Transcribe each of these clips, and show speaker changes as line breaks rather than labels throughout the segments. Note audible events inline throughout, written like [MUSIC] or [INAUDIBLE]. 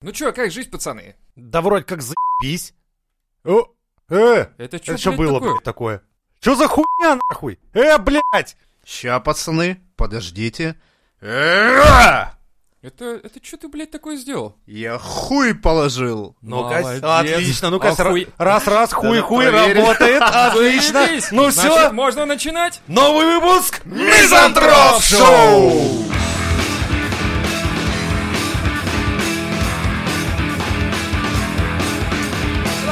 Ну чё, как жизнь, пацаны?
Да вроде как заебись. О, э,
Это чё,
это что
блядь,
было,
такое?
блядь, такое? Что за хуйня, нахуй? Э, блядь!
Ща, пацаны, подождите. Э-а!
Это, это чё ты, блядь, такое сделал?
Я хуй положил.
Ну-ка,
Молодец.
отлично, ну-ка,
Охуе-
раз-раз, хуй-хуй,
проверили.
работает, [LAUGHS] отлично.
Заебись!
Ну
Значит,
все,
можно начинать?
новый выпуск
Мизантроп Шоу!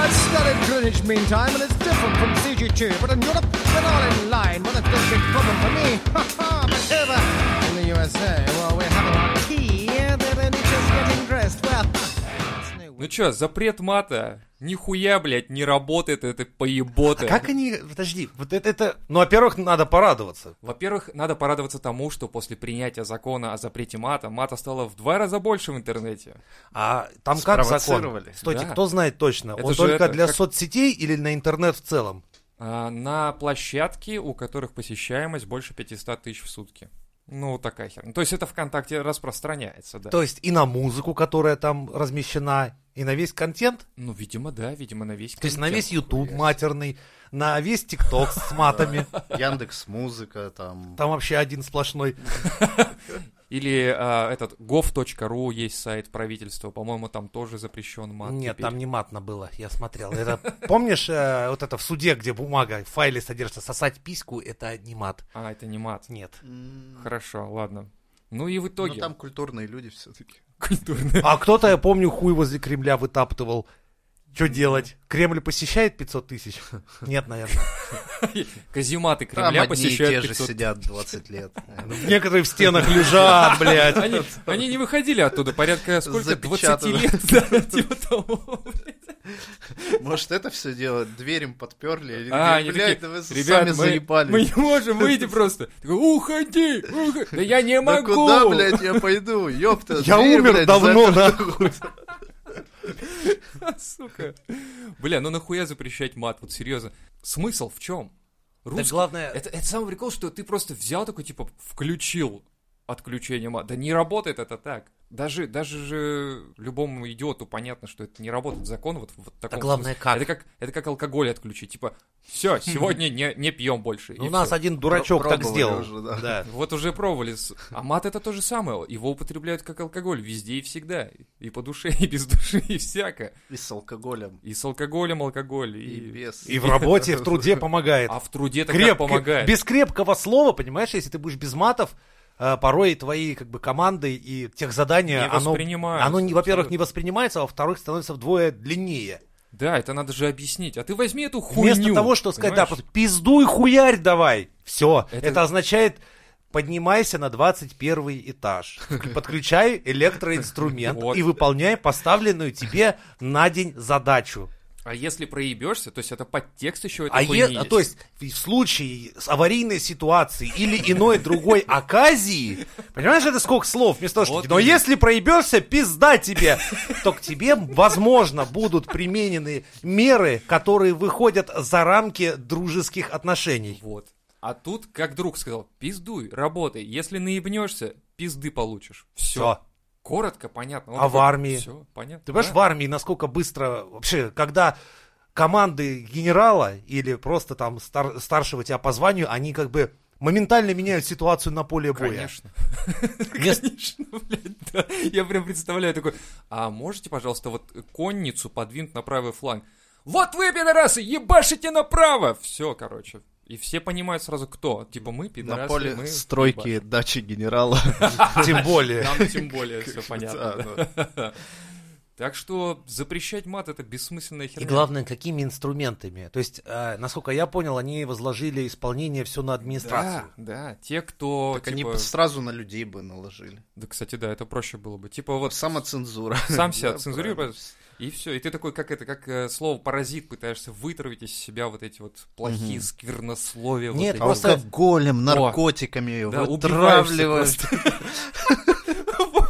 I've studied Greenwich Mean Time, and it's different from CGT, but in Europe, we're all in line. Well, it's no big problem for me. [LAUGHS] Ha ha! But over in the USA, well, we're having our tea, and then it's just getting dressed. Well, [LAUGHS] it's no
Ну чё, запрет мата. Нихуя, блядь, не работает это поебота.
А Как они, подожди, вот это, это, ну, во-первых, надо порадоваться.
Во-первых, надо порадоваться тому, что после принятия закона о запрете мата, мата стало в два раза больше в интернете.
А там как закон?
Спровоцировали.
Стойте,
Да.
кто знает точно?
Это
Он
же
только
это,
для
как-
соцсетей или на интернет в целом?
А, на площадке, у которых посещаемость больше 500 тысяч в сутки. Ну, такая херня. То есть это ВКонтакте распространяется, да.
То есть и на музыку, которая там размещена, и на весь контент?
Ну, видимо, да, видимо, на весь
То есть на
контент.
весь YouTube матерный, на весь ТикТок с матами.
Яндекс Музыка там.
Там вообще один сплошной.
Или а, этот gov.ru есть сайт правительства, по-моему, там тоже запрещен мат.
Нет,
теперь.
там не матно было, я смотрел. Это, помнишь, э, вот это в суде, где бумага, в файле содержится, сосать письку, это не мат.
А, это не мат.
Нет.
Хорошо, ладно. Ну и в
Ну
итоге... [LAUGHS]
там культурные люди все-таки.
культурная.
А кто-то, я помню, хуй возле Кремля вытаптывал. Что делать? Кремль посещает 500 тысяч? Нет, наверное.
Казематы
Там
Кремля
одни и те
посещают Ну,
же
500
сидят
[LAUGHS]
20 лет. Э,
Некоторые в стенах лежат, блядь.
Они, они не выходили оттуда
[LAUGHS]
порядка сколько? 20
Запечатаны.
лет. [LAUGHS] да, типа того.
Может, это все дело? Дверь им подперли? Они
А,
такие,
они такие,
«Блядь, да вы
«Ребят,
сами
мы-
заебали.
Мы не можем выйти просто. Такой, уходи, уходи. Да я не
[LAUGHS] Да
могу.
куда, блядь, я пойду? Ёпта,
Я
дверь,
умер
блядь,
давно,
заперта».
нахуй.
[LAUGHS] Сука. Бля, ну нахуя запрещать мат? Вот серьезно. Смысл в чем?
Да
Русский...
главное,
Это, это самый прикол, что ты просто взял такой, типа, включил отключение мата. Да не работает это так. Даже, даже же любому идиоту понятно, что это не работает закон вот в таком
главное,
смысле.
как?
Это как, это как алкоголь отключить. Типа,
[LAUGHS]
все, сегодня не, не пьем больше. и
у Ну, нас
всё.
один дурачок так
Пробовали
сделал.
уже, да.
Да.
Вот уже пробовали. с- А мат это то же самое. Его употребляют как алкоголь везде и всегда. И по душе, и без души, и всяко.
И с алкоголем.
И с алкоголем алкоголь. И...
И без.
И в работе, и в труде помогает.
А в труде так
Крепко-
помогает.
Без крепкого слова, понимаешь, если ты будешь без матов, э, порой и твои как бы команды и тех задания,
Не
оно,
воспринимаются,
оно не, во-первых,
абсолютно.
не воспринимается, а во-вторых, становится вдвое длиннее.
Да, это надо же объяснить. А ты возьми эту хуйню.
Вместо того, что сказать, да,
понимаешь?
просто пиздуй хуярь давай, все. Это...
Это-
означает поднимайся на 21 этаж, подключай электроинструмент
[LAUGHS] Вот.
и выполняй поставленную тебе на день задачу.
А если проебешься, то есть это подтекст еще этой
А
хуйни
е- а то есть в случае с аварийной ситуации или иной другой оказии, понимаешь, это сколько слов вместо того, что
Вот
но
именно.
если проебешься, пизда тебе, то к тебе, возможно, будут применены меры, которые выходят за рамки дружеских отношений.
Вот. А тут, как друг сказал, пиздуй, работай. Если наебнешься, пизды получишь. Все.
Всё.
Коротко, понятно.
А в армии?
Все, понятно.
Ты понимаешь, в армии насколько быстро вообще, когда команды генерала или просто там стар- старшего тебя по званию, они как бы моментально меняют ситуацию на поле боя.
Конечно.
[LAUGHS]
[LAUGHS]
Вместо-
Конечно, блядь, да. Я прям представляю такой, а можете, пожалуйста, вот конницу подвинуть на правый фланг? Вот вы, пидорасы, ебашите направо! Все, короче. И все понимают сразу, кто. Типа мы, пидорасы,
На поле
мы
стройки дачи генерала.
Тем
Э,
более.
ебашим. Нам тем более все понятно.
Да,
да.
да.
[LAUGHS] Так что запрещать мат это бессмысленная
И
херня.
главное, какими инструментами. То есть, э, насколько я понял, они возложили исполнение все на администрацию.
Да, да, те, кто,
Так они
типа-
бы сразу на людей бы наложили.
Да, кстати, да, это проще было бы. Типа вот
Самоцензура.
[LAUGHS] сам себя
Да,
цензурируй,
правильно.
пожалуйста, и все. И ты такой, как это, как э, слово паразит, пытаешься вытравить из себя вот эти вот плохие сквернословия. вот
Нет,
эти.
Просто-
Алкоголем, наркотиками
Да,
вытравливают.
убиваешься просто. [LAUGHS]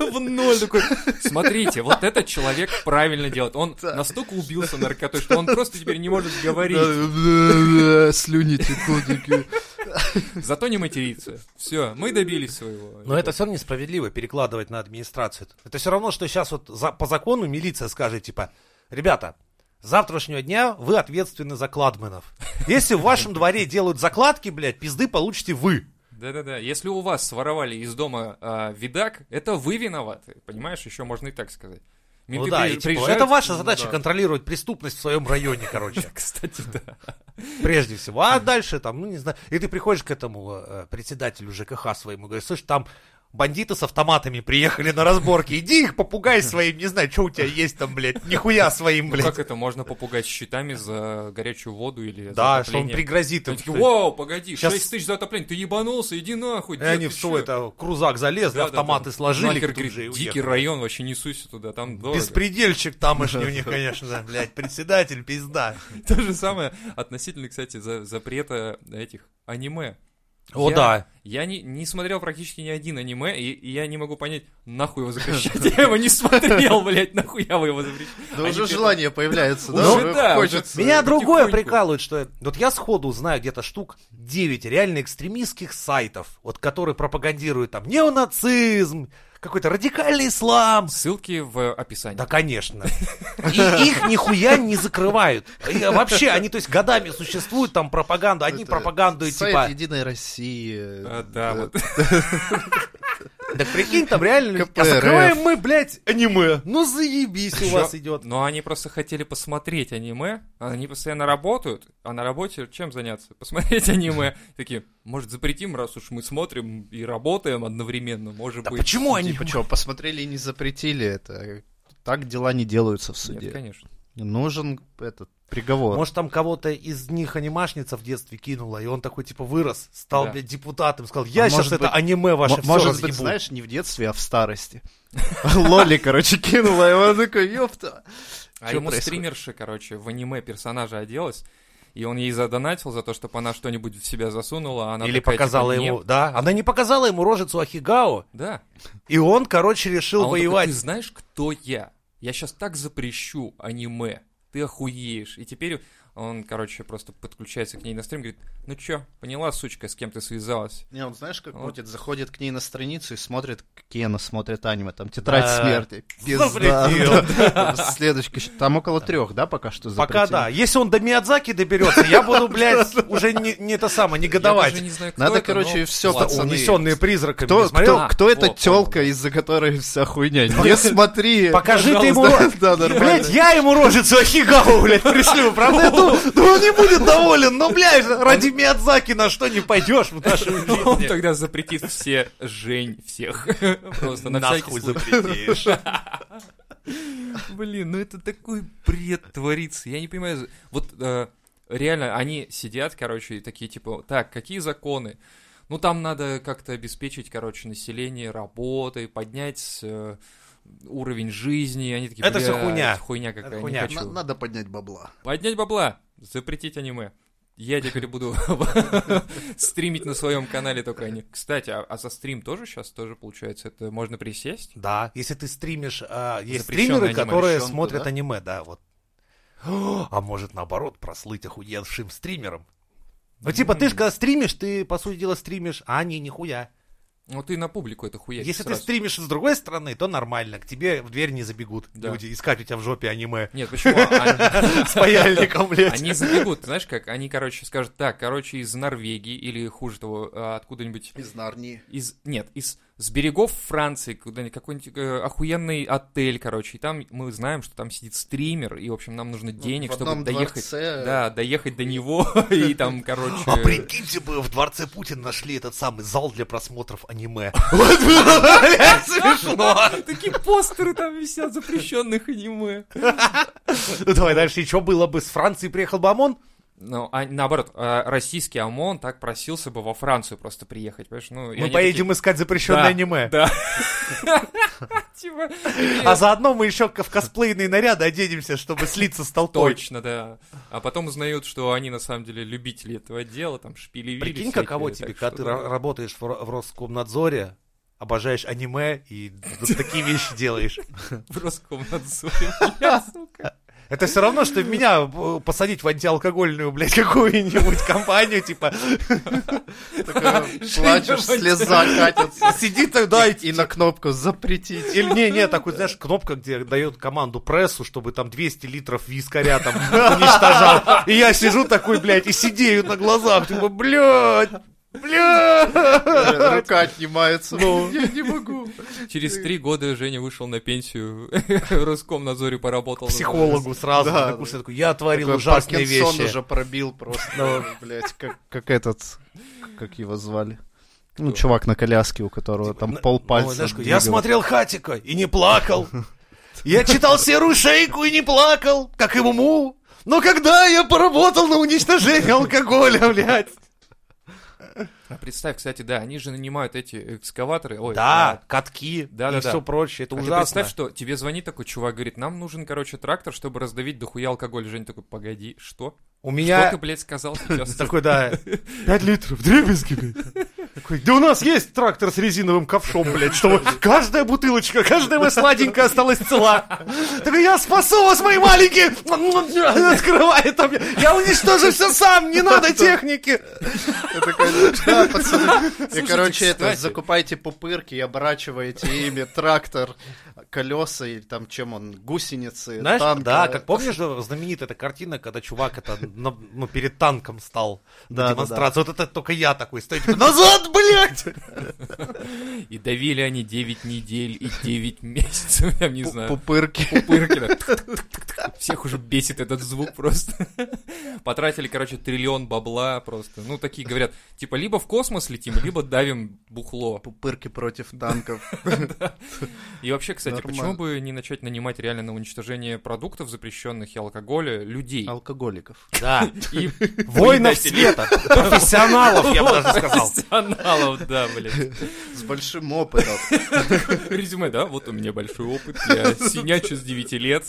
в ноль. Такой, смотрите, вот этот человек правильно делает. Он
[LAUGHS] Да.
настолько убился наркотой, что он просто теперь не может говорить.
Слюни текут. такие.
Зато не материться. Все, мы добились своего.
Но это все равно несправедливо перекладывать на администрацию. Это все равно, что сейчас вот за- по закону милиция скажет, типа, ребята, с завтрашнего дня вы ответственны за кладменов. Если в вашем дворе делают закладки, блядь, пизды получите вы.
Да-да-да, если у вас своровали из дома а, видак, это вы виноваты, понимаешь, еще можно и так сказать.
Ну
Менты
да,
при-
и типа,
приезжают- Ну
это
[LAUGHS]
ваша задача
Да.
контролировать преступность в своем районе, короче,
Кстати,
[LAUGHS]
да.
прежде всего. А дальше там, ну не знаю. И ты приходишь к этому э, председателю ЖКХ своему и говоришь, слушай, там бандиты с автоматами приехали на разборки, иди их попугай своим, не знаю, что у тебя есть там, блядь, нихуя своим,
Ну
блядь.
как это можно попугать щитами за горячую воду или за
Да, что он
отопление?
пригрозит им.
Они такие, вау, погоди,
Сейчас-
6 тысяч за отопление, ты ебанулся, иди нахуй.
И
дед,
они
ты
в что
чё?»
это, крузак залезли,
Да-да-да.
автоматы сложили,
Нахер,
тут
говорит,
же и
дикий
уехали.
район, вообще не суйся туда, там дорого.
Беспредельщик тамошний у них, конечно, да, блядь, председатель, пизда.
[LAUGHS] То же самое относительно, кстати, за- запрета этих аниме.
О,
Я-
да.
Я не, не смотрел практически ни один аниме, и, и я не могу понять, нахуй его
[LAUGHS]
запрещать. Я его не смотрел, блядь, нахуя вы его запрещаете.
Да
Они
уже
при-
желание появляется,
Уже да,
да?
уже
Хочется.
Меня другое
потихоньку.
прикалывает, что вот я сходу знаю где-то штук 9 реально экстремистских сайтов, вот которые пропагандируют там неонацизм, какой-то радикальный ислам.
Ссылки в описании.
Да, конечно. И их нихуя не закрывают. И вообще, они, то есть, годами существуют там пропаганда. Одни
Это
пропагандуют, типа...
Сайт Единой России.
А, да, вот.
Так прикинь, там реально...
КПРФ.
А закрываем мы, блядь, аниме. Ну заебись, у
Ещё-
вас идет.
Но они просто хотели посмотреть аниме. Они постоянно работают, а на работе чем заняться? Посмотреть
[LAUGHS]
аниме. Такие, может, запретим, раз уж мы смотрим и работаем одновременно, может
Да
быть.
почему они...
Типа что, посмотрели и не запретили это. Так дела не делаются в
Нет,
суде.
конечно.
Нужен этот приговор.
Может, там кого-то из них анимашница в детстве кинула, и он такой, типа, вырос, стал,
Да.
блядь, депутатом, сказал, я
А
сейчас
может
это
быть-
аниме ваше
М-
все
Может быть,
разъебу».
знаешь, не в детстве, а в старости. [LAUGHS] Лоли, короче, кинула, и он такой, ёпта.
А
Чё
ему
происходит?
стримерша, короче, в аниме персонажа оделась, и он ей задонатил за то, чтобы она что-нибудь в себя засунула, а она
Или
такая, типа,
показала
«Нет».
ему, да, она не показала ему рожицу Ахигао,
Да.
и он, короче,
А
решил
он такой,
воевать.
Ты знаешь, кто я? Я сейчас так запрещу аниме. Ты охуеешь. И теперь он, короче, просто подключается к ней на стрим, говорит, ну чё, поняла, сучка, с кем ты связалась?
Не, он знаешь, как
Вот.
будет, заходит к ней на страницу и смотрит, какие она смотрит аниме, там «Тетрадь
Да.
смерти». [LAUGHS]
Запретил.
Пизда. Следочка, щ- там около трех, да, пока что
Пока
запретили?
да. Если он до Миядзаки доберется, я буду, блядь, уже не не это самое,
Я даже
негодовать.
не знаю, кто
Надо,
это,
короче,
но
всё
ладно.
пацаны.
Унесенные призраками.
Кто,
не смотрел?
кто, кто
А,
эта
во,
телка, из-за которой
[LAUGHS]
вся хуйня? Не смотри.
Покажи ты ему...
Пожалуйста.
ро-
Да, нормально.
Блядь, я ему рожицу Ахигао, блядь, пришлю, правда? Я думаю, ну он не будет доволен, но, блядь, ради Миядзаки на что не пойдешь в нашем
[LAUGHS] Он
жизни.
тогда запретит все жень всех. [LAUGHS] Просто на всякий
Нахуй
случай. [LAUGHS]
запретишь.
Блин, ну это такой бред творится. Я не понимаю. за- Вот э, реально, они сидят, короче, и такие типа, так, какие законы? Ну там надо как-то обеспечить, короче, население работой, поднять э, уровень жизни. Они такие,
Это всё
«Блядь,
хуйня.
Хуйня какая,
Это
не
хуйня.
хочу».
На- Надо поднять бабла.
Поднять бабла, запретить аниме. Я теперь буду [LAUGHS] стримить на своем канале только они. Кстати, а, а за стрим тоже сейчас тоже получается? Это можно присесть?
Да, если ты стримишь, а, есть
Запрещенное
стримеры,
аниме.
которые
Запрещенку,
смотрят
да?
аниме, да, вот. [GASPS] О, А может, наоборот, прослыть охуевшим стримером. Ну, типа, ты же когда стримишь, ты, по сути дела, стримишь, а не, нихуя.
Ну ты на публику это хуя.
Если ты стримишь с другой стороны, то нормально, к тебе в дверь не забегут
Да.
люди искать у тебя в жопе аниме [LAUGHS]
Нет, почему? А-
с паяльником, блядь.
Они забегут, знаешь как? Они, короче, скажут, так, короче, из Норвегии или, хуже того, а, откуда-нибудь
Из [LAUGHS] Нарнии.
из... Нет, из... С берегов Франции, куда-нибудь, какой-нибудь э, охуенный отель, короче, и там мы знаем, что там сидит стример, и, в общем, нам нужно денег,
Ну, в
чтобы
одном
доехать...
дворце. э,
Да, доехать до него, [LAUGHS] и там, короче...
А прикиньте бы, в дворце Путина нашли этот самый зал для просмотров аниме.
[LAUGHS]
[LAUGHS] Смешно.
Такие постеры там висят запрещенных аниме.
Ну давай дальше, и что было бы, с Франции приехал бы ОМОН?
Ну, а наоборот, э, российский ОМОН так просился бы во Францию просто приехать, понимаешь? Ну, и
Мы
они
поедем искать запрещенное
Да,
аниме.
такие, типа,
А заодно мы еще в косплейные наряды оденемся, чтобы слиться с толпой.
Точно, да. А потом узнают, что они на самом деле любители этого дела, там шпили
Прикинь, каково тебе, когда ты ра- работаешь в Ро- в Роскомнадзоре, обожаешь аниме и вот такие вещи делаешь.
В
[LAUGHS]
Роскомнадзоре, бля, сука.
Это все равно, что меня э, посадить в антиалкогольную, блядь, [LAUGHS] какую-нибудь компанию, типа,
Плачешь, слеза катится.
сиди тогда и...
И на
[LAUGHS]
кнопку запретить.
Или не, не, такой, знаешь, кнопка, где дает команду прессу, чтобы там 200 литров вискаря там уничтожал. И я сижу такой, блядь, и сидею на глазах, типа, блядь, блядь.
Э, Рука отнимается.
Ну.
Я не могу.
Через три года Женя вышел на пенсию, [LAUGHS] в Роскомнадзоре поработал.
Психологу сразу,
Да,
на
да.
курсе такой, я творил
Такой
ужасные
Паркинсон
вещи.
уже пробил просто, блядь, как, Ну, как этот, как его звали? Ну, чувак на коляске, у которого там
На-
полпальца.
Ой, ну, знаешь, какой, я
двигало.
смотрел Хатика и
[LAUGHS]
не плакал. Я читал серую шейку и не плакал, как и Муму. Но когда я поработал на уничтожение алкоголя, [LAUGHS] блядь.
А представь, кстати, да, они же нанимают эти экскаваторы. Ой,
Да, катки
Да,
и
да, да.
все прочее. Это
а ты
ужасно.
представь, что тебе звонит такой чувак, говорит, нам нужен, короче, трактор, чтобы раздавить дохуя алкоголь. Женя такой, погоди, что?
У
Что
меня
ты, блядь, сказал сейчас?
Ну, такой, [LAUGHS] да, 5 литров, дребезги, блядь. Такой, Да у нас есть трактор с резиновым ковшом, блядь, чтобы каждая бутылочка, каждая моя сладенькая осталась цела. Такой, я спасу вас, мои маленькие! Открывает там, я уничтожу все сам, не надо техники!
Я такой, да, пацаны. И,
Слушайте,
короче, это,
кстати.
закупайте пупырки и оборачиваете ими трактор, колеса и там, чем он, гусеницы,
Знаешь,
танк.
да,
э,
как помнишь, э, знаменитая эта картина, когда чувак это на- ну, перед танком стал
Да, да,
на
да.
демонстрацию. Вот это только я такой стою, типа, назад, блядь!
И давили они 9 недель и 9 месяцев, [LAUGHS] я не
пу-
знаю. [LAUGHS]
Пупырки.
Пыркина. Всех уже бесит этот звук просто. [LAUGHS] Потратили, короче, триллион бабла просто. Ну, такие говорят, типа, либо в космос летим, либо давим бухло.
Пупырки против танков.
И вообще, кстати,
Нормально.
почему бы не начать нанимать реально на уничтожение продуктов, запрещенных и алкоголя, людей?
Алкоголиков.
Да,
[LAUGHS]
И
воинов
предателей.
света, профессионалов, я бы даже сказал.
Профессионалов, да, блин.
С большим опытом.
Резюме, да? Вот у меня большой опыт, я синячу с 9
[LAUGHS]
лет.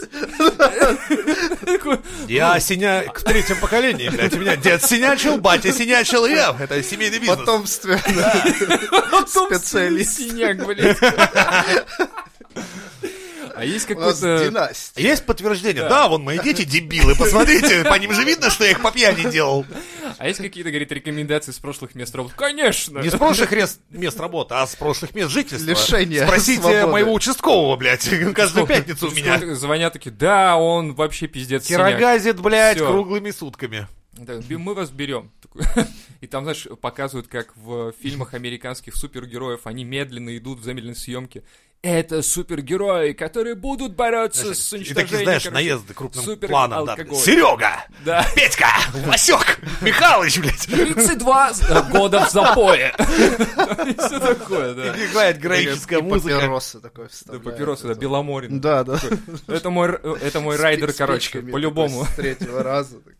Такой,
Я синя... к третьем поколении, блядь, у меня дед синячил, батя синячил, и я. Это семейный бизнес.
Потомственно.
Потом
Специалист.
синяк,
[LAUGHS]
блядь. А есть
У нас
какой-то...
династия.
Есть подтверждение? Да, вон мои дети дебилы, посмотрите, по ним же видно, что я их по пьяни делал.
А есть какие-то, говорит, рекомендации с прошлых мест работы? Конечно! [LAUGHS]
Не с прошлых рес- мест работы, а с прошлых мест жительства.
Лишение
Спросите
свободы.
моего участкового, блядь, каждую пятницу у меня.
Сколько Звонят такие, да, он вообще пиздец синяк.
Кирогазит, блядь,
Всё.
круглыми сутками.
Да, б- Мы вас берем. Такой. [LAUGHS] И там, знаешь, показывают, как в фильмах американских супергероев они медленно идут в замедленной съемке. Это супергерои, которые будут бороться с
И
уничтожением.
такие, знаешь,
короче,
наезды крупным
супер
планом. да.
алкоголя.
Серега!
Да.
Петька! Васек! Михалыч, блядь!
32 года в запое. [LAUGHS] Все такое, да.
Играет
И Папиросы такой
Да,
вставляют.
папиросы, да,
Это.
Беломорин.
Да, да.
Это мой, р- это мой райдер,
Спи-
короче,
спичками
по-любому.
такой С третьего раза. такой,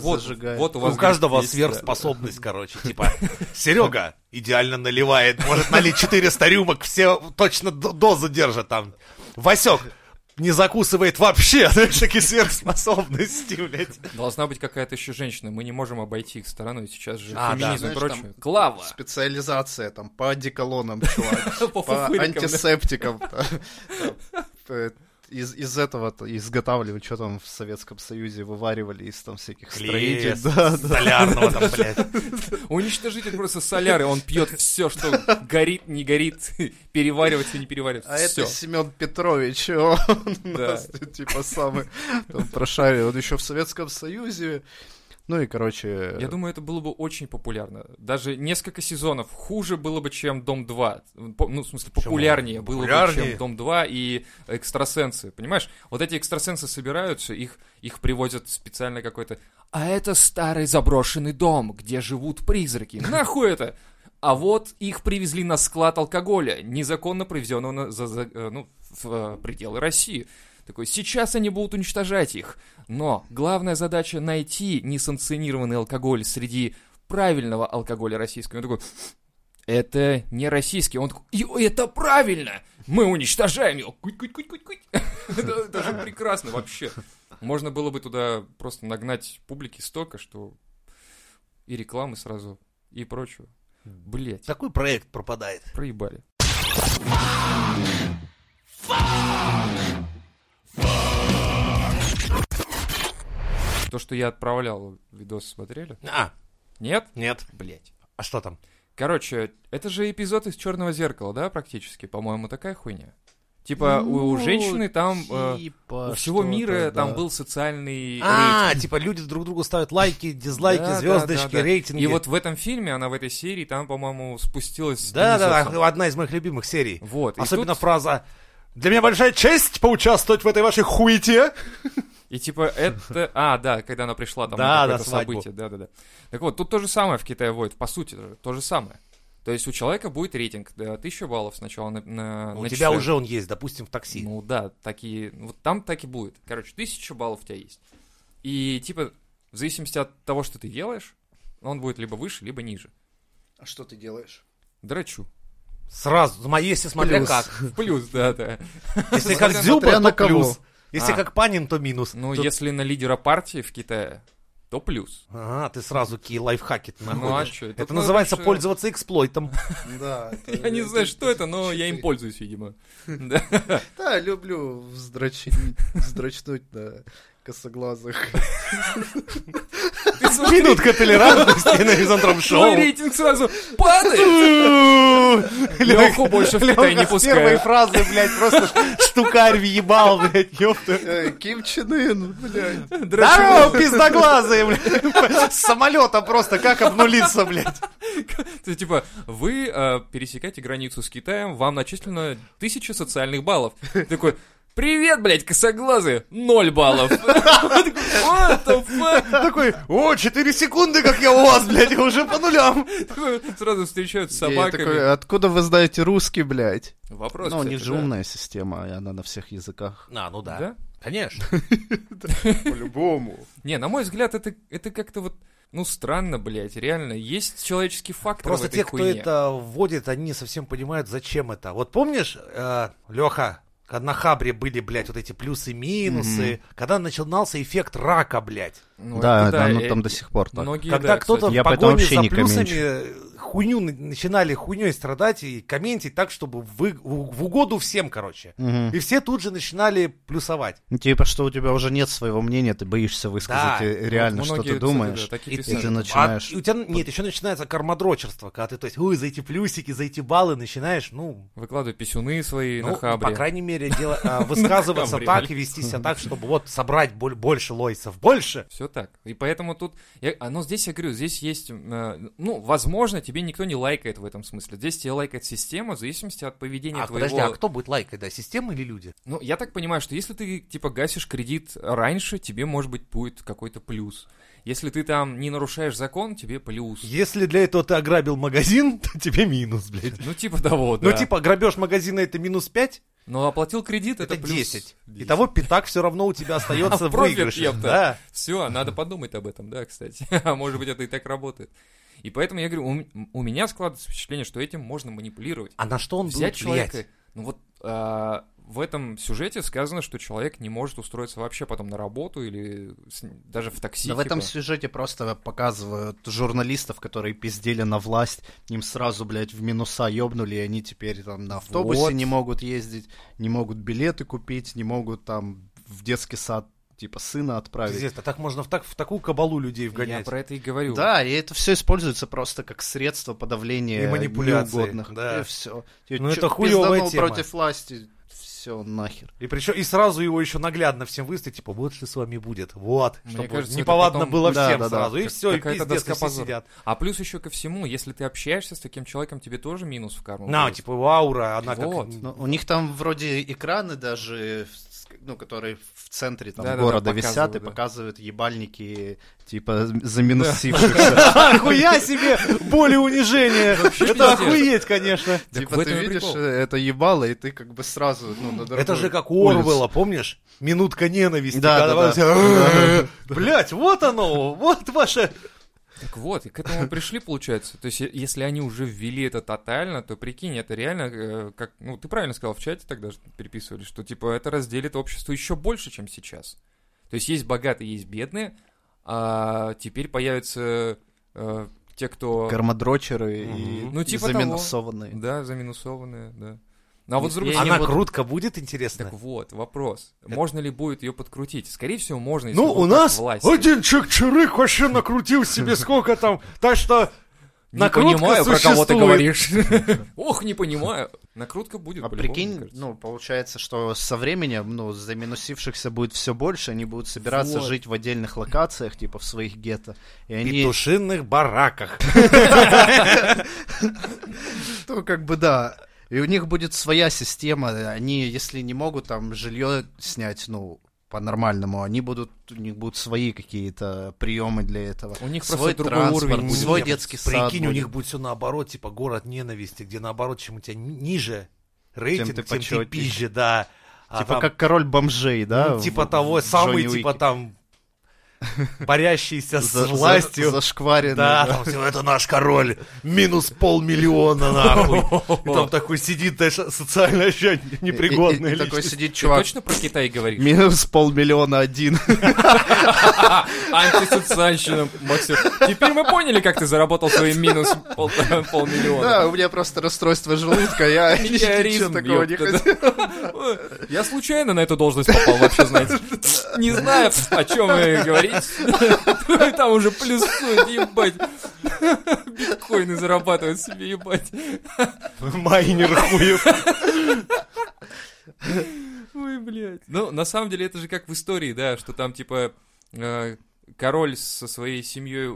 Вот,
э, зажигает.
вот у вас
У каждого
говорит, есть, э, да.
сверхспособность, короче, типа, [LAUGHS] Серега идеально наливает, может налить 400 рюмок, все точно д- дозу держат там. Васек не закусывает вообще, [LAUGHS] знаешь, такие сверхспособности, блядь.
Должна быть какая-то еще женщина. Мы не можем обойти их стороной. Сейчас же
А, да.
феминизм и
Знаешь,
прочее.
там
Клава.
Специализация там по одеколонам,
[LAUGHS]
чувак.
По
По
фуфырикам, да.
антисептикам. да. Там, э, Из, из этого то изготавливали, что там в Советском Союзе вываривали из там всяких
Клей
строителей. Да, да.
солярного
[LAUGHS]
там, блядь.
Уничтожитель просто соляры. Он пьет все, что горит, не горит, [LAUGHS] переваривается, не переваривается.
А
все.
это Семен Петрович, [LAUGHS] он у
Да.
нас тут, типа самый там прошарил. Он еще в Советском Союзе. Ну и, короче,
Я думаю, это было бы очень популярно. Даже несколько сезонов хуже было бы, чем Дом 2. По- Ну, в смысле, популярнее было бы,
Популярнее.
чем Дом 2 и экстрасенсы. Понимаешь? Вот эти экстрасенсы собираются, их, их привозят специально какой-то... А это старый заброшенный дом, где живут призраки. Нахуй это? А вот их привезли на склад алкоголя, незаконно привезенного на- за, за- э, ну, в э, пределы России. Такой, сейчас они будут уничтожать их. Но главная задача найти несанкционированный алкоголь среди правильного алкоголя российского. Он такой, это не российский. Он такой, «И это правильно! Мы уничтожаем его! Куть-куть-куть-куть-куть! [LAUGHS] Это это же прекрасно вообще. Можно было бы туда просто нагнать публики столько, что и рекламы сразу, и прочего. Блять,
Такой проект пропадает.
проебали. То, что я отправлял, видос смотрели?
А,
Нет?
нет.
Блять.
А что там?
Короче, это же эпизод из Черного зеркала, да, практически? По-моему, такая хуйня. Типа у-
Ну,
у женщины там... э, у всего мира там был социальный
типа А, типа люди друг другу ставят лайки, дизлайки,
Да, да,
звездочки,
да, да.
рейтинги.
И вот в этом фильме, она в этой серии, там, по-моему, спустилась...
да, да,
вниз
да, одна из моих любимых серий.
Вот, и
Особенно
тут-
фраза «Для меня большая честь поучаствовать в этой вашей хуете».
И типа это... А, да, когда она пришла там
Да,
на
да,
какое-то
свадьбу.
событие. Да, да, да. Так вот, тут то же самое в Китае вводят. По сути, же, то же самое. То есть у человека будет рейтинг, да, 1000 баллов сначала на, на-
У тебя
начисляют.
уже он есть, допустим, в такси.
А, Ну да, такие... Вот там так и будет. Короче, 1000 баллов у тебя есть. И типа, в зависимости от того, что ты делаешь, он будет либо выше, либо ниже.
А что ты делаешь?
Драчу.
Сразу, ну, а если смотря
Плюс.
как.
В плюс, да, да.
[LAUGHS] Если как
Смотря
Дзюба,
на
то
кого.
плюс. Если
А.
как Панин, то минус.
Ну,
Тут-
если на лидера партии в Китае, то плюс.
Ага, А, ты сразу какие лайфхаки ты
Ну, а
находишь.
чё,
Это
тут
называется
надо же-
пользоваться эксплойтом.
Да.
[LAUGHS] Я не знаю, что это, но я им пользуюсь, видимо. Да.
Да, люблю вздрачить- вздрачнуть на
[LAUGHS]
косоглазых.
Ты смотри,
[LAUGHS] Минутка толерантности на
[LAUGHS]
Мизантроп
твой
Шоу.
рейтинг сразу падает. Леху больше в Китай не
Лёха с первой
пускают.
фразы, блядь, просто ш- штукарь въебал, блядь, ёпта.
Э, Ким Чен Ын,
[LAUGHS]
блядь.
Драчу.
Здорово, пиздоглазые, блядь. С самолета просто как обнулиться, блядь.
Ты Типа, вы э, пересекаете границу с Китаем, вам начислено тысяча социальных баллов. Ты Такой, привет, блядь, косоглазые, ноль баллов. [LAUGHS] What the fuck?
Такой, о, 4 секунды, как я у вас, блядь, я уже по нулям.
Такой, Сразу встречают с
И я такой,
собаками.
откуда вы знаете русский, блядь?
Вопрос,
ну, у
кстати,
них же
да.
умная система, и она на всех языках.
А, ну
Да? [LAUGHS]
Конечно.
По-любому.
Не, на мой взгляд, это, это как-то вот, ну, странно, блядь, реально. Есть человеческий фактор в
Просто
этой
те, кто
хуйне.
это вводит, они не совсем понимают, зачем это. Вот помнишь, Леха, когда на Хабре были, блядь, вот эти плюсы и минусы, когда начинался эффект рака, блядь.
Ну,
да,
это
да, ну
э,
там до сих пор так.
Многие,
Когда
да,
кто-то
кстати.
Я
в
поэтому
погоне
вообще
за
не
плюсами
комменчу.
э, хуйню на- начинали хуйней страдать и комментить так, чтобы вы- в, в угоду всем, короче.
Мгм.
И все тут же начинали плюсовать.
Ну, Типа, что у тебя уже нет своего мнения, ты боишься высказать
Да.
э, реально,
Вот
что
многие,
ты
кстати,
думаешь.
да, такие
И
И
писали.
ты
А
начинаешь...
и у тебя, нет, еще начинается кармадрочерство, когда ты, то есть, ой, за эти плюсики, за эти баллы начинаешь, ну,
Выкладывай писюны свои
ну,
на хабре.
по крайней мере, дело- а, [LAUGHS] высказываться
хабре,
так и вести себя так, чтобы вот собрать боль- больше лойсов, больше.
Все так. И поэтому тут... Я, а, ну, здесь я говорю, здесь есть... э, ну, возможно, тебе никто не лайкает в этом смысле. Здесь тебе лайкает система в зависимости от поведения
А,
твоего...
подожди, а кто будет лайкать, да, система или люди?
Ну, я так понимаю, что если ты, типа, гасишь кредит раньше, тебе, может быть, будет какой-то плюс. Если ты там не нарушаешь закон, тебе плюс.
Если для этого ты ограбил магазин, [LAUGHS] то тебе минус,
[LAUGHS]
блядь.
Ну, типа того, да.
Ну, типа, грабеж магазина это минус 5,
Но оплатил кредит, это,
это
плюс
10. Итого пятак все равно
[LAUGHS]
у тебя остается
А,
в
профит,
выигрыше.
ёпта.
Да.
Все, а надо подумать об этом, да, кстати. [LAUGHS] А может быть, это и так работает. И поэтому я говорю, у, м- у меня складывается впечатление, что этим можно манипулировать.
А на что он будет
Взять человека...
влиять?
Ну вот а, в этом сюжете сказано, что человек не может устроиться вообще потом на работу или с- даже в такси.
Да в этом
типа.
сюжете просто показывают журналистов, которые пиздели на власть, им сразу, блядь, в минуса ёбнули, и они теперь там на автобусе
Вот.
не могут ездить, не могут билеты купить, не могут там в детский сад, типа, сына отправить.
Пиздец, а так можно в, так, в такую кабалу людей
Я
вгонять.
про это и говорю.
Да, и это все используется просто как средство подавления
И манипуляции,
неугодных.
да.
И все.
Ну, это хуёвая тема.
против власти, все нахер.
И причем и сразу его еще наглядно всем выставить, типа, вот что с вами будет, вот.
Мне
Чтобы
кажется, это
неповадно
потом-
было
Да,
всем
да, да.
сразу. И
Как-
все, и
какая-то
пиздец,
доска
и все
позора.
сидят.
А плюс еще ко всему, если ты общаешься с таким человеком, тебе тоже минус в карму.
На,
будет.
типа, аура, она
Вот.
как...
Ну, у них там вроде экраны даже, с- ну, которые в центре там,
Да-да-да,
города
показывают,
висят и
да.
показывают ебальники, типа, заминусившихся. [LAUGHS]
Охуя себе! Боль и унижение! [LAUGHS] Это
пиздец.
охуеть, конечно!
Так
Типа,
в
ты
этом и
видишь,
прикол.
э, это ебало, и ты как бы сразу, ну, на
Это
другую
же как у
улицу.
а,
Орвелла, помнишь? Минутка ненависти.
Да,
когда
да,
вам
да.
все, «Э, Блядь, вот оно, вот ваше...
Так вот, и к
[LAUGHS]
этому пришли, получается. То есть, е- если они уже ввели это тотально, то прикинь, это реально, э, как, ну, ты правильно сказал в чате тогда же переписывали, что, типа, это разделит общество еще больше, чем сейчас. То есть, есть богатые, есть бедные, а теперь появятся э, те, кто...
Кармадрочеры и
Мгм.
Ну,
и
типа того.
заминусованные.
Да, заминусованные, да. Ну, а вот с другой
Я
стороны...
Она
вот-
крутка будет, интересно?
Так вот, вопрос. Можно ли будет ее подкрутить? Скорее всего, можно, если
Ну,
вот
у
так
нас
власть.
один чик-чирык вообще накрутил себе сколько там. Так что
Не
накрутка
понимаю, про кого ты
существует.
говоришь.
[LAUGHS]
Ох, не понимаю. Накрутка будет,
А
по-любому, мне
прикинь,
кажется.
ну, получается, что со временем, ну, заминусившихся будет все больше, они будут собираться
Вот.
жить в отдельных локациях, типа в своих гетто. И они,
петушиных
[LAUGHS]
бараках.
ну, как бы, да. И у них будет своя система, они, если не могут там жилье снять, ну, по-нормальному, они будут, у них будут свои какие-то приемы для этого.
У них
свой
просто другой
транспорт,
уровень будет.
свой
Нет,
детский
прикинь,
сад
у
будет.
них будет все наоборот, типа город ненависти, где наоборот, чем у тебя ни- ниже рейтинг,
Тем ты
тем ты,
почетнее.
пизже, да. А
Типа
там,
как король бомжей, да?
ну, типа
в-
того,
А, в
самый
Джонни
типа
Уике.
там борящийся
За-
с
за-
властью.
зашкваренный,
Да,
да.
там все, это наш король, минус полмиллиона, нахуй. И там такой сидит, знаешь, социально вообще [LAUGHS] непригодный.
И- и- и такой
личность.
сидит
Ты
чувак,
точно про Китай говоришь?
минус полмиллиона один.
Антисоциальщина, Максим. Теперь мы поняли, как ты заработал свои минус пол- [LAUGHS] полмиллиона.
Да, [LAUGHS] у меня просто расстройство желудка,
[LAUGHS]
я
Меня
ничего
ритм
такого
бьет,
не
да-да.
хотел.
Я случайно на эту должность попал, вообще, знаете. Не знаю, о чем вы говорите. Там уже плюсует, ебать. Биткоины зарабатывают себе, ебать.
Майнер хуев.
Ой, блядь. Ну, на самом деле, это же как в истории, да, что там, типа, э, король со своей семьей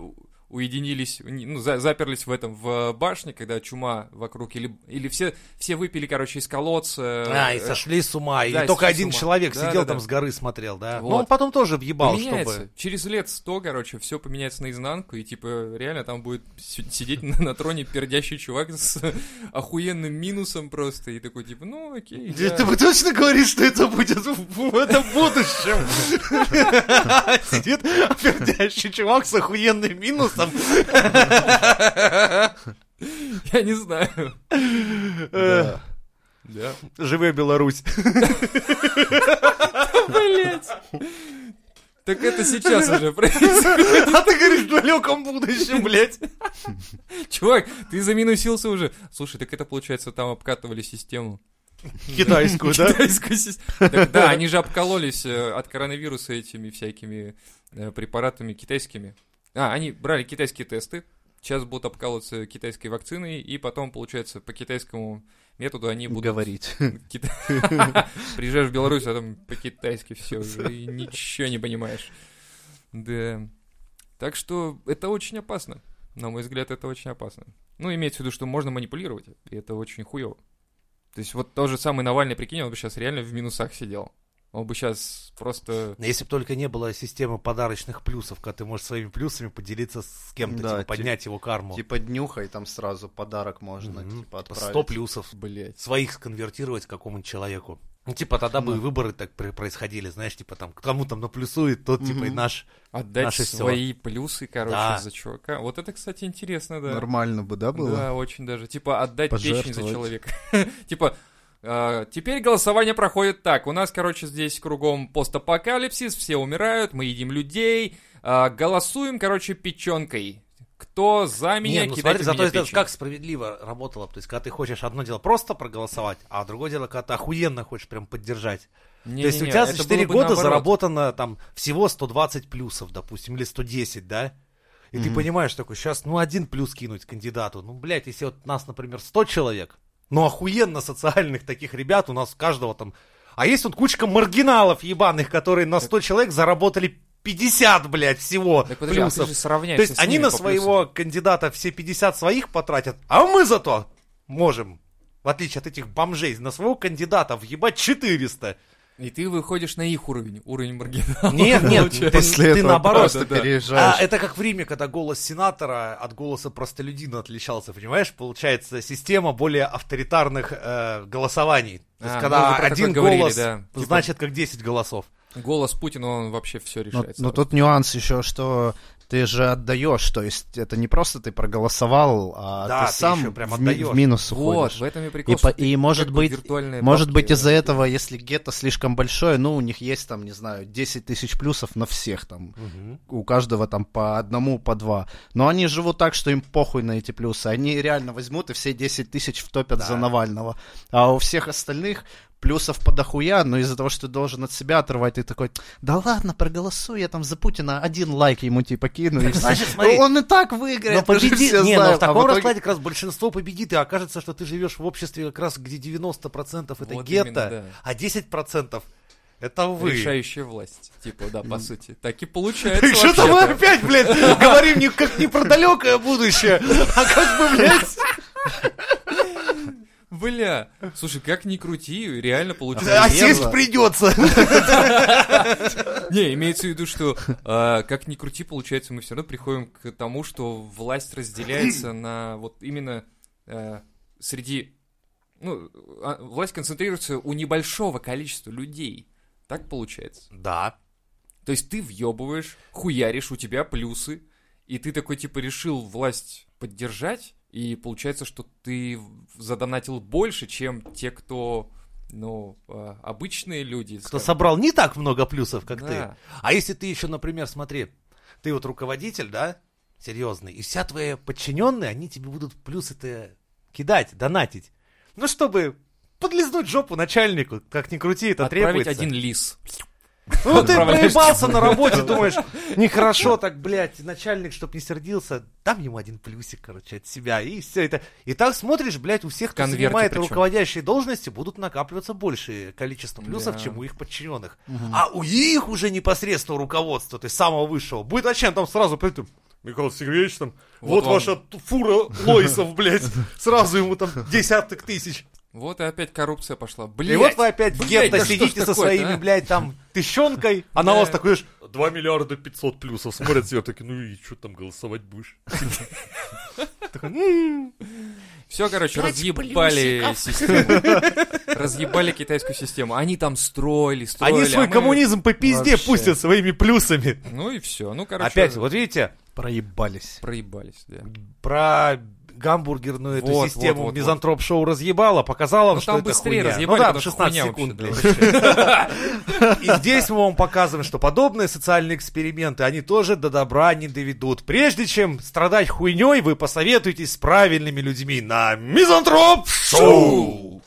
уединились, не- ну, за- заперлись в этом, в э, башне, когда чума вокруг, или, или все, все выпили, короче, из колодца.
А, и
Э,
сошли с ума.
Да,
И
и
только
сошли с
один
ума.
человек
Да,
сидел
да,
там
да.
с горы смотрел, да. Но
Вот.
он потом тоже въебал,
Поменяется.
чтобы...
Через лет сто, короче, все поменяется наизнанку, и типа реально там будет си- сидеть на, на троне пердящий чувак с охуенным минусом просто, и такой типа, ну
[LAUGHS]
окей. я-
Ты бы точно говоришь, что это будет в этом будущем? [LAUGHS] Сидит пердящий чувак с охуенным минусом.
Я не знаю.
Э,
Да.
Живая Беларусь.
Блять. Так это сейчас уже происходит.
А ты говоришь, в далеком будущем, блядь.
Чувак, ты заминусился уже. Слушай, так это получается там обкатывали систему.
Китайскую, [LAUGHS] да?
Китайскую систему. Так Да, они же обкололись э, от коронавируса этими всякими э, препаратами китайскими. А, они брали китайские тесты. Сейчас будут обкалываться китайской вакциной, и потом, получается, по китайскому методу они будут...
Говорить.
Кита- Приезжаешь в Беларусь, а
[LAUGHS]
там по-китайски все уже, и ничего не понимаешь. Да. Так что это очень опасно. На мой взгляд, это очень опасно. Ну, имеется в виду, что можно манипулировать, и это очень хуево. То есть вот тот же самый Навальный, прикинь, он бы сейчас реально в минусах сидел. Он бы сейчас просто...
Если бы только не было системы подарочных плюсов, когда ты можешь своими плюсами поделиться с кем-то,
Да,
типа,
ти-
поднять его карму.
Типа днюхай, там сразу подарок можно,
Мгм. Типа
типа, отправить.
100 плюсов.
Блять.
Своих сконвертировать к какому-нибудь человеку. Ну, типа, тогда бы и выборы так пр- происходили, знаешь, типа, там, кому там наплюсует, тот, типа, и
Мгм.
наш.
Отдать
Наше всё.
свои плюсы, короче,
Да.
за чувака. Вот это, кстати, интересно, да.
Нормально бы, да, было?
Да, очень даже. Типа отдать печень за
Пожертвовать.
человека. [LAUGHS] Типа, э, теперь голосование проходит так. У нас, короче, здесь кругом постапокалипсис, все умирают, мы едим людей. э, Голосуем, короче, печенкой. Кто за меня
Не, ну
кидает
смотри, зато это
печень.
как справедливо работало. бы. То есть, когда ты хочешь одно дело просто проголосовать, а другое дело, когда ты охуенно хочешь прям поддержать.
Не-не-не,
То есть, у тебя за
это было
4
бы
года
наоборот.
заработано там всего 120 плюсов, допустим, или 110, да? И ты
Мгм.
понимаешь такой, сейчас, ну, один плюс кинуть кандидату. Ну, блядь, если вот нас, например, 100 человек, ну, охуенно социальных таких ребят у нас у каждого там... А есть вот кучка маргиналов ебаных, которые на 100 человек заработали 50, блядь, всего
Так подожди, а ты
плюсов.
же сравняешься
То есть
с
они
ними
на
по
своего
плюсам.
кандидата все 50 своих потратят, а мы зато можем, в отличие от этих бомжей, на своего кандидата въебать 400.
И ты выходишь на их уровень, уровень [LAUGHS] маргинала.
[LAUGHS] Нет, нет, ты,
Получается.
После
ты
этого
наоборот.
просто
да, да.
А,
переезжаешь.
это как в Риме, когда голос сенатора от голоса простолюдина отличался, понимаешь? Получается система более авторитарных э, голосований. То есть,
А, мы
когда
уже про такое
один
говорили,
голос
да. Типа-
значит как 10 голосов.
Голос Путина, он вообще все
Но,
решает.
но
сразу.
тут нюанс ну, еще, что ты же отдаешь, то есть это не просто ты проголосовал, а
Да,
ты
ты
сам
еще прям
в, ми-
отдаешь.
в минус
Вот,
уходишь.
в этом и прикол.
И, по-
что
и может
бы
быть,
виртуальные
может
бабки,
быть из-за
да.
этого, если гетто слишком большое, ну у них есть там, не знаю, 10 тысяч плюсов на всех там, у каждого там по одному, по два. Но они живут так, что им похуй на эти плюсы. Они реально возьмут и все 10 тысяч втопят за Навального. А у всех остальных плюсов подохуя, но из-за того, что ты должен от себя отрывать, ты такой, да ладно, проголосуй, я там за Путина один лайк ему типа кину. и всё».
Значит, смотри.
Он и так выиграет.
Но
мы же
победит,
все
Ну, не,
знаем.
но
А
в таком
итоге- [LAUGHS]
раскладе как раз большинство победит, и окажется, что ты живешь в обществе как раз, где 90% это
Вот
гетто,
именно, да.
а 10% это вы.
Решающая власть, типа, да, по сути. Так и получается
Так что-то мы
вообще-то.
опять, блядь, говорим не, как не про далекое будущее, [LAUGHS] а как бы, блядь,
Бля, слушай, как ни крути, реально получается.
а сесть
[LAUGHS]
придется.
Не, имеется в виду, что э, как ни крути, получается, мы все равно приходим к тому, что власть разделяется на вот именно э, среди... Ну, а, власть концентрируется у небольшого количества людей. Так получается.
Да.
То есть ты въебываешь, хуяришь, у тебя плюсы, и ты такой, типа, решил власть поддержать, и получается, что ты в- задонатил больше, чем те, кто, ну, э, обычные люди.
Кто
скажем.
собрал не так много плюсов, как
Да.
ты. А если ты еще, например, смотри, ты вот руководитель, да, серьезный, и вся твои подчиненные, они тебе будут плюсы-то кидать, донатить. Ну, чтобы подлизнуть жопу начальнику, как ни крути, это
Отправить
требуется.
один лис.
Ну, ты
отправляешь.
проебался на работе, думаешь, нехорошо так, блядь, начальник, чтоб не сердился, дам ему один плюсик, короче, от себя, и все это. И так смотришь, блядь, у всех, кто
Конверте
занимает
причём.
руководящие должности, будут накапливаться большее количество плюсов,
Да.
чем у их подчиненных. А у их уже непосредственно руководства, то есть самого высшего, будет зачем там сразу, блядь, там, Михаил Сергеевич, там,
Вот
вот,
вам».
ваша т- фура Лоисов, блядь, сразу ему там десяток тысяч.
Вот и опять коррупция пошла. Блять,
И вот вы опять в гетто
да что ж
сидите со
такое-то,
своими,
а?
блядь, там,
[LAUGHS]
тыщенкой, а на
Да.
вас такой, знаешь,
2 миллиарда 500 плюсов. Смотрят все такие, ну и что там голосовать будешь?
Все, короче, разъебали систему. [LAUGHS] Разъебали китайскую систему. Они там строили, строили.
Они
а
свой
мы-
коммунизм по пизде
Вообще.
пустят своими плюсами.
Ну и все. Ну, короче,
Опять, вот видите,
Проебались.
проебались, да.
про гамбургерную эту
Вот,
систему
вот, вот,
мизантроп-шоу разъебала,
Ну,
показала вам, что
там
это
быстрее
хуйня.
разъебали,
ну, да,
потому что
16
хуйня
секунд,
вообще,
блядь. И здесь мы вам показываем, что подобные социальные эксперименты, они тоже до добра не доведут. Прежде чем страдать хуйней, вы посоветуйтесь с правильными людьми на мизантроп-шоу.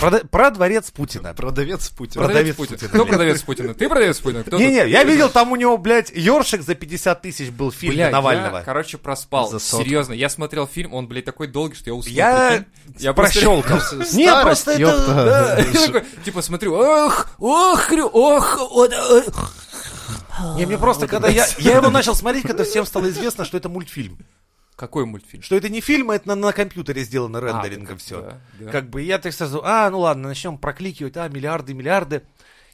Про, про дворец Путина.
Продавец Путина.
Продавец Путина,
Кто
блядь.
продавец Путина? Ты продавец Путина? Кто тут?
Не-не, я видел, там у него, блядь, ёршик за 50 тысяч был в фильме
Бля,
Навального.
я, короче, проспал.
За сотку.
Серьезно, я смотрел фильм, он, блядь, такой долгий, что я уснул.
Я,
прикинь?
я
просто- [LAUGHS]
прощелкал.
Старость, ёпта.
да.
Я такой, типа, смотрю, ох, ох, хрю, ох, вот, э, ох.
Не, мне просто, когда я, я его начал смотреть, когда всем стало известно, что это мультфильм.
Какой мультфильм?
Что это не фильм, а это на, на компьютере сделано рендерингом
А,
все.
да, да.
Как бы я так сразу, а, ну ладно, начнем прокликивать, а, миллиарды, миллиарды.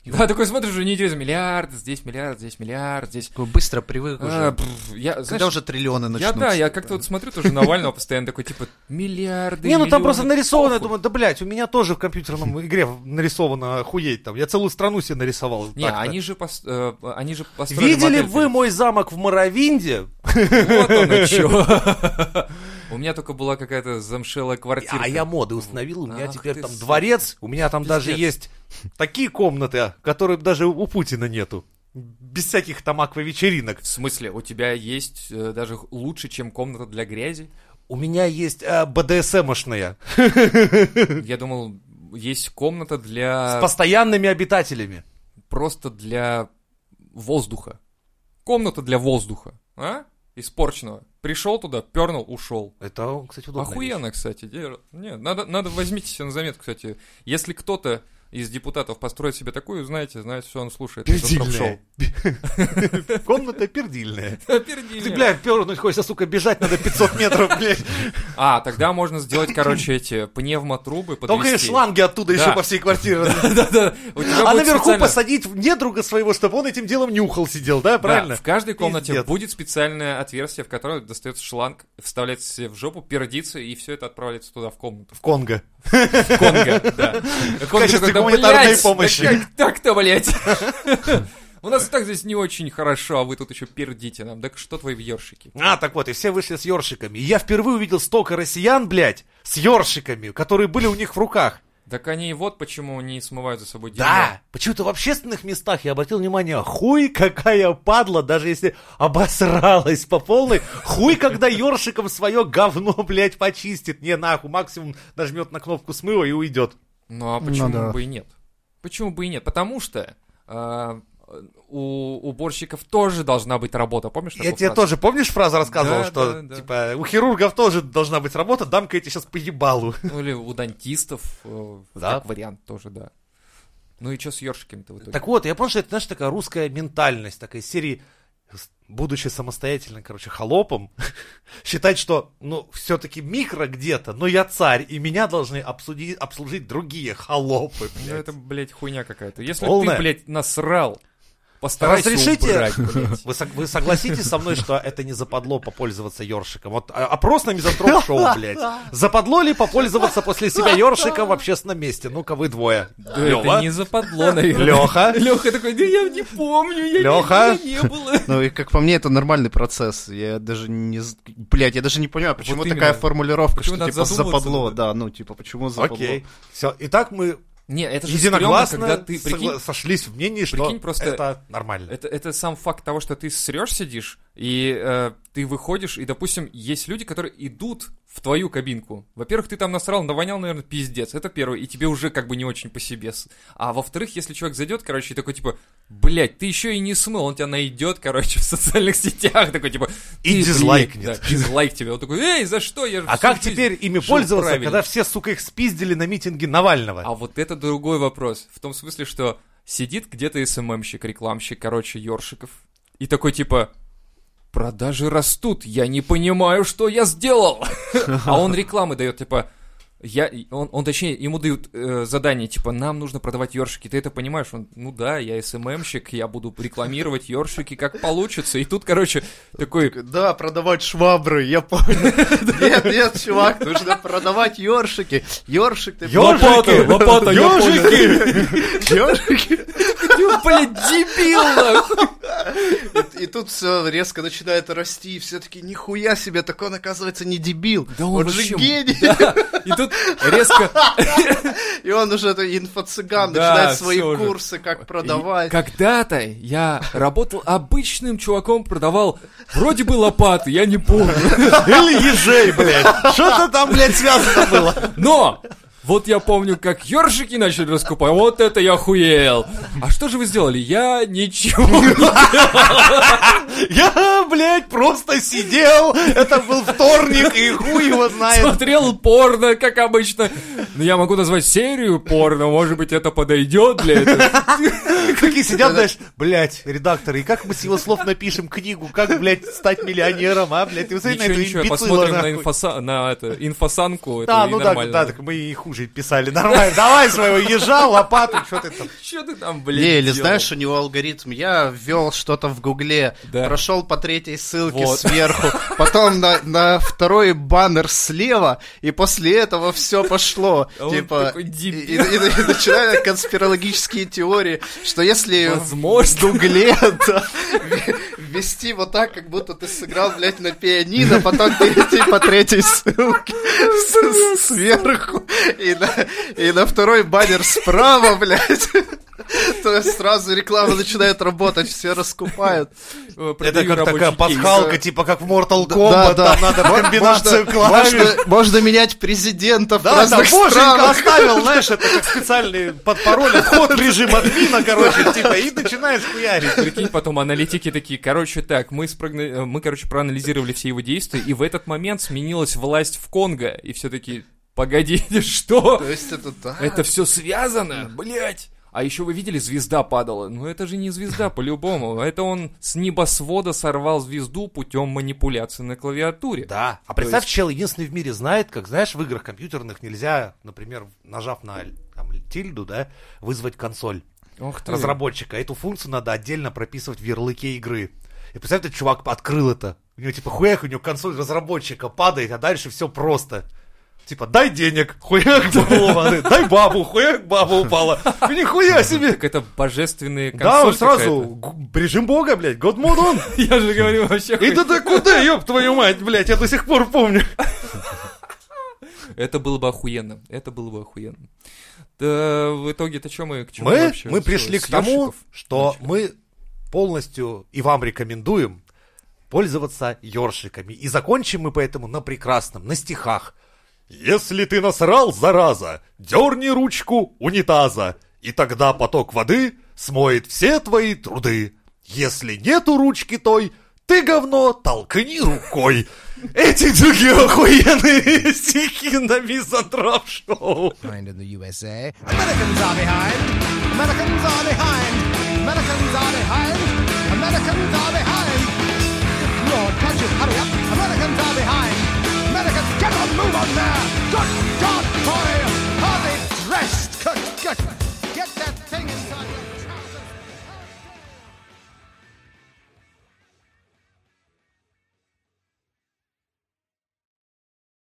Да, такой смотришь, уже неинтересно. Миллиард, здесь миллиард, здесь миллиард, здесь...
Такой быстро привык
А,
уже.
пф, Я,
Когда
знаешь,
уже триллионы
я,
начнутся?
да, я как-то вот смотрю тоже Навального постоянно такой, типа, миллиарды,
не, ну там
миллионы,
просто нарисовано, я
похуй.
думаю, да, блядь, у меня тоже
[LAUGHS]
в компьютерном игре нарисовано охуеть там. Я целую страну себе нарисовал.
Не,
так-то.
они же, пос- э, они же построили
Видели
модель
вы мой замок в Моровинде?
Вот оно чё. У меня только была какая-то замшелая квартира.
А я моды установил, у меня
Ах
теперь
ты,
там
сука.
дворец, у меня там даже
Пиздец.
есть такие комнаты, которые даже у Путина нету. Без всяких там аквавечеринок.
В смысле, у тебя есть э, даже х- лучше, чем комната для грязи?
У меня есть э, БДСМшные
Я думал, есть комната для...
с постоянными обитателями.
Просто для воздуха. Комната для воздуха, а? Испорченного. Пришел туда, пернул, ушел.
Это, кстати, удобно.
Охуенно, кстати. дело. Не, надо, надо возьмите себе на заметку, кстати. Если кто-то из депутатов построит себе такую, знаете, знаете, все он слушает. [LAUGHS]
Пердильная. Комната пердильная. Ты,
Пердильная.
бля, пернуть хочется, сука, бежать надо 500
[LAUGHS]
метров, блядь.
А, тогда можно сделать, короче, эти пневмотрубы
Только и
подвести.
шланги оттуда
Да.
еще по
[LAUGHS]
всей квартире.
Да-да. У тебя
А
будет
наверху
специально-
посадить недруга своего, чтобы он этим делом нюхал сидел, да,
Да,
правильно?
в каждой комнате
Пиздец.
будет специальное отверстие, в которое достается шланг, вставляется себе в жопу, пердится, и все это отправляется туда, в комнату.
В Конго. [LAUGHS]
В Конго, да. В Конго
качестве
такой да,
гуманитарной
блядь, да
помощи.
как так-то,
[LAUGHS]
блядь? У нас и так здесь не очень хорошо, а вы тут еще пердите нам. Так что твои ёршики?
А, так вот, и все вышли с ёршиками. И я впервые увидел столько россиян, блядь, с ёршиками, которые были у них в руках.
Так они и вот почему не смывают за собой дерьмо.
Да, почему-то в общественных местах я обратил внимание, хуй какая падла, даже если обосралась по полной, хуй когда ёршиком свое говно, блядь, почистит, не нахуй, максимум нажмет на кнопку смыва и уйдет.
Ну а почему
да.
бы и нет? Почему бы и нет? Потому что а, у уборщиков тоже должна быть работа, помнишь?
Я
такую
тебе
фразу?
тоже, помнишь, фраза рассказывал,
Да,
что,
да, да.
типа, у хирургов тоже должна быть работа, дам-ка я тебе сейчас поебалу.
Ну или у дантистов, э,
Да.
как вариант тоже, да. Ну и что с ёршиками-то в итоге?
Так вот, я понял, что это, знаешь, такая русская ментальность, такая из серии, с- будучи самостоятельно, короче, холопом, [LAUGHS] считать, что, ну, все-таки микро где-то, но я царь, и меня должны обсуди- обслужить другие холопы,
Ну
блядь.
это, блядь, хуйня какая-то. Если
Полная.
ты, блядь, насрал, постарайся
А Разрешите? [LAUGHS]
убрать, блядь.
Вы, сог- вы согласитесь со мной, что это не западло попользоваться ёршиком? Вот а- опрос на
[LAUGHS]
мизантроп-шоу, блядь. Западло ли попользоваться после себя ёршиком в общественном месте? Ну-ка, вы двое.
Да это не западло, наверное. [LAUGHS]
Лёха.
Леха такой, да я не помню, я не-
Лёха?
меня не было.
Ну и как по мне, это нормальный процесс. Я даже не... з- Блядь, я даже не понимаю, почему
именно.
такая формулировка,
Почему
что
надо
типа
задумываться
западло.
надо?
Да, ну типа почему западло.
Окей. Все. Итак, мы
Не, это же стрёмно,
единогласно
когда ты,
согла-
прикинь,
сошлись в мнении, что
прикинь, просто-
это нормально.
это, это сам факт того, что ты срешь сидишь, и э, ты выходишь, и, допустим, есть люди, которые идут в твою кабинку. Во-первых, ты там насрал, навонял, наверное, пиздец. Это первое, и тебе уже как бы не очень по себе. с- А во-вторых, если человек зайдет, короче, и такой типа, блядь, ты еще и не смыл, он тебя найдет, короче, в социальных сетях, такой типа...
И
«Ты, блядь,
дизлайкнет.
да, дизлайк тебя. Он такой, эй, за что? Я же
А
всю
как
жизнь
теперь ими
жил
пользоваться,
правильно».
когда все, сука, их спиздили на митинге Навального?
А вот это другой вопрос. В том смысле, что сидит где-то СММщик, рекламщик, короче, Ёршиков, и такой типа... Продажи растут, я не понимаю, что я сделал. А он рекламы дает, типа, я, он, он, точнее, ему дают э, задание, типа, нам нужно продавать ёршики, ты это понимаешь? Он, ну да, я СММщик, я буду рекламировать ёршики как получится. И тут, короче, такой,
Да, продавать швабры, я
[LAUGHS]
понял. Нет, нет, чувак, нужно продавать ёршики. Ёршик, ты
Ёршики!
понял?
лопата, я
Ёжики!
Ёршики.
«Ты, блядь, дебил, нахуй!»
И тут все резко начинает расти, все таки нихуя себе, так он, оказывается, не дебил.
Да он
он же
вообще-
гений.
Да. И тут резко
И он уже это инфо-цыган,
Да,
начинает свои
всё уже.
курсы, как
И
продавать.
Когда-то я работал обычным чуваком, продавал вроде бы лопаты, я не помню.
Или ежей, блядь. Что-то там, блядь, связано было.
Но вот я помню, как ёршики начали раскупать. Вот это я хуел. А что же вы сделали? Я
[LAUGHS]
ничего.
Я, блядь, просто сидел. Это был вторник, и хуй его знает.
Смотрел порно, как обычно. Но я могу назвать серию порно. Может быть, это подойдет для
[LAUGHS]
этого.
Какие сидят, знаешь, блядь, редакторы, и как мы с его слов напишем книгу, как, блядь, стать миллионером, а, блядь, и вы смотрите
Ничего,
на эту
ничего.
имбецила,
Посмотрим на,
нахуй.
инфоса- на это, инфосанку. это
Да,
и
ну да,
нормально.
да, так мы и хуже писали. Нормально, давай своего ежа, лопату, что ты там.
Чё ты там, блин,
Не, или
делал?
знаешь, у него алгоритм, я ввел что-то в гугле,
Да.
прошел по третьей ссылке
Вот.
сверху,
[LAUGHS]
потом на, на второй баннер слева, и после этого все пошло.
А он
типа,
такой
и,
дебил.
и- и начинают конспирологические теории, что если в
Возможно.
гугле да, в- ввести вот так, как будто ты сыграл, блядь, на пианино, а потом перейти по третьей ссылке с- с- сверху, и на- и на второй баннер справа, блядь. То есть сразу реклама начинает работать, все раскупают.
Э,
Это
продаю
как такая
рабочий кейс.
пасхалка, типа как в Mortal
Да,
Kombat,
да.
там надо комбинацию
Можно-
клавиш.
можно- Можно менять президентов
Да, да,
разных
боженька
стран.
оставил, знаешь, это как специальный под пароль, вход в режим админа, короче, типа, и начинаешь хуярить.
Прикинь, потом аналитики такие, короче, так, мы, спрогно- э, мы, короче, проанализировали все его действия, и в этот момент сменилась власть в Конго, и все такие, погодите, [LAUGHS] что?
То есть это да.
Это все связано, блять. А еще вы видели, звезда падала. Ну это же не звезда, по-любому. Это он с небосвода сорвал звезду путем манипуляции на клавиатуре.
Да, а представь, чел единственный в мире знает, как, знаешь, в играх компьютерных нельзя, например, нажав на там, тильду, да, вызвать консоль.
Ох ты.
разработчика. Эту функцию надо отдельно прописывать в ярлыке игры. И представь, этот чувак открыл это. У него типа хуях, у него консоль разработчика падает, а дальше все просто. Типа, дай денег, хуяк бабло воды, дай бабу, хуяк баба упала. Ну, Нихуя себе!
Так это божественные
Да,
консоль
он сразу, г- режим бога, блядь, God mode on.
какая-то. [LAUGHS] Я же говорю вообще.
И
хуй.
ты да куда, ёб твою мать, блядь, я до сих пор помню.
Это было бы охуенно. Это было бы охуенно. Да, в итоге-то что мы к чему
Мы,
вообще?
мы
С-
пришли
с
к тому,
ёршиков?
что мы полностью и вам рекомендуем пользоваться ёршиками. И закончим мы поэтому на прекрасном, на стихах.
Если ты насрал, зараза, дерни ручку унитаза, и тогда поток воды смоет все твои труды.
Если нету ручки той, ты говно толкни рукой. Эти другие охуенные [LAUGHS] стихи на Мизантроп Шоу.
Kind in the USA. Americans are behind. Americans are behind. Americans are behind.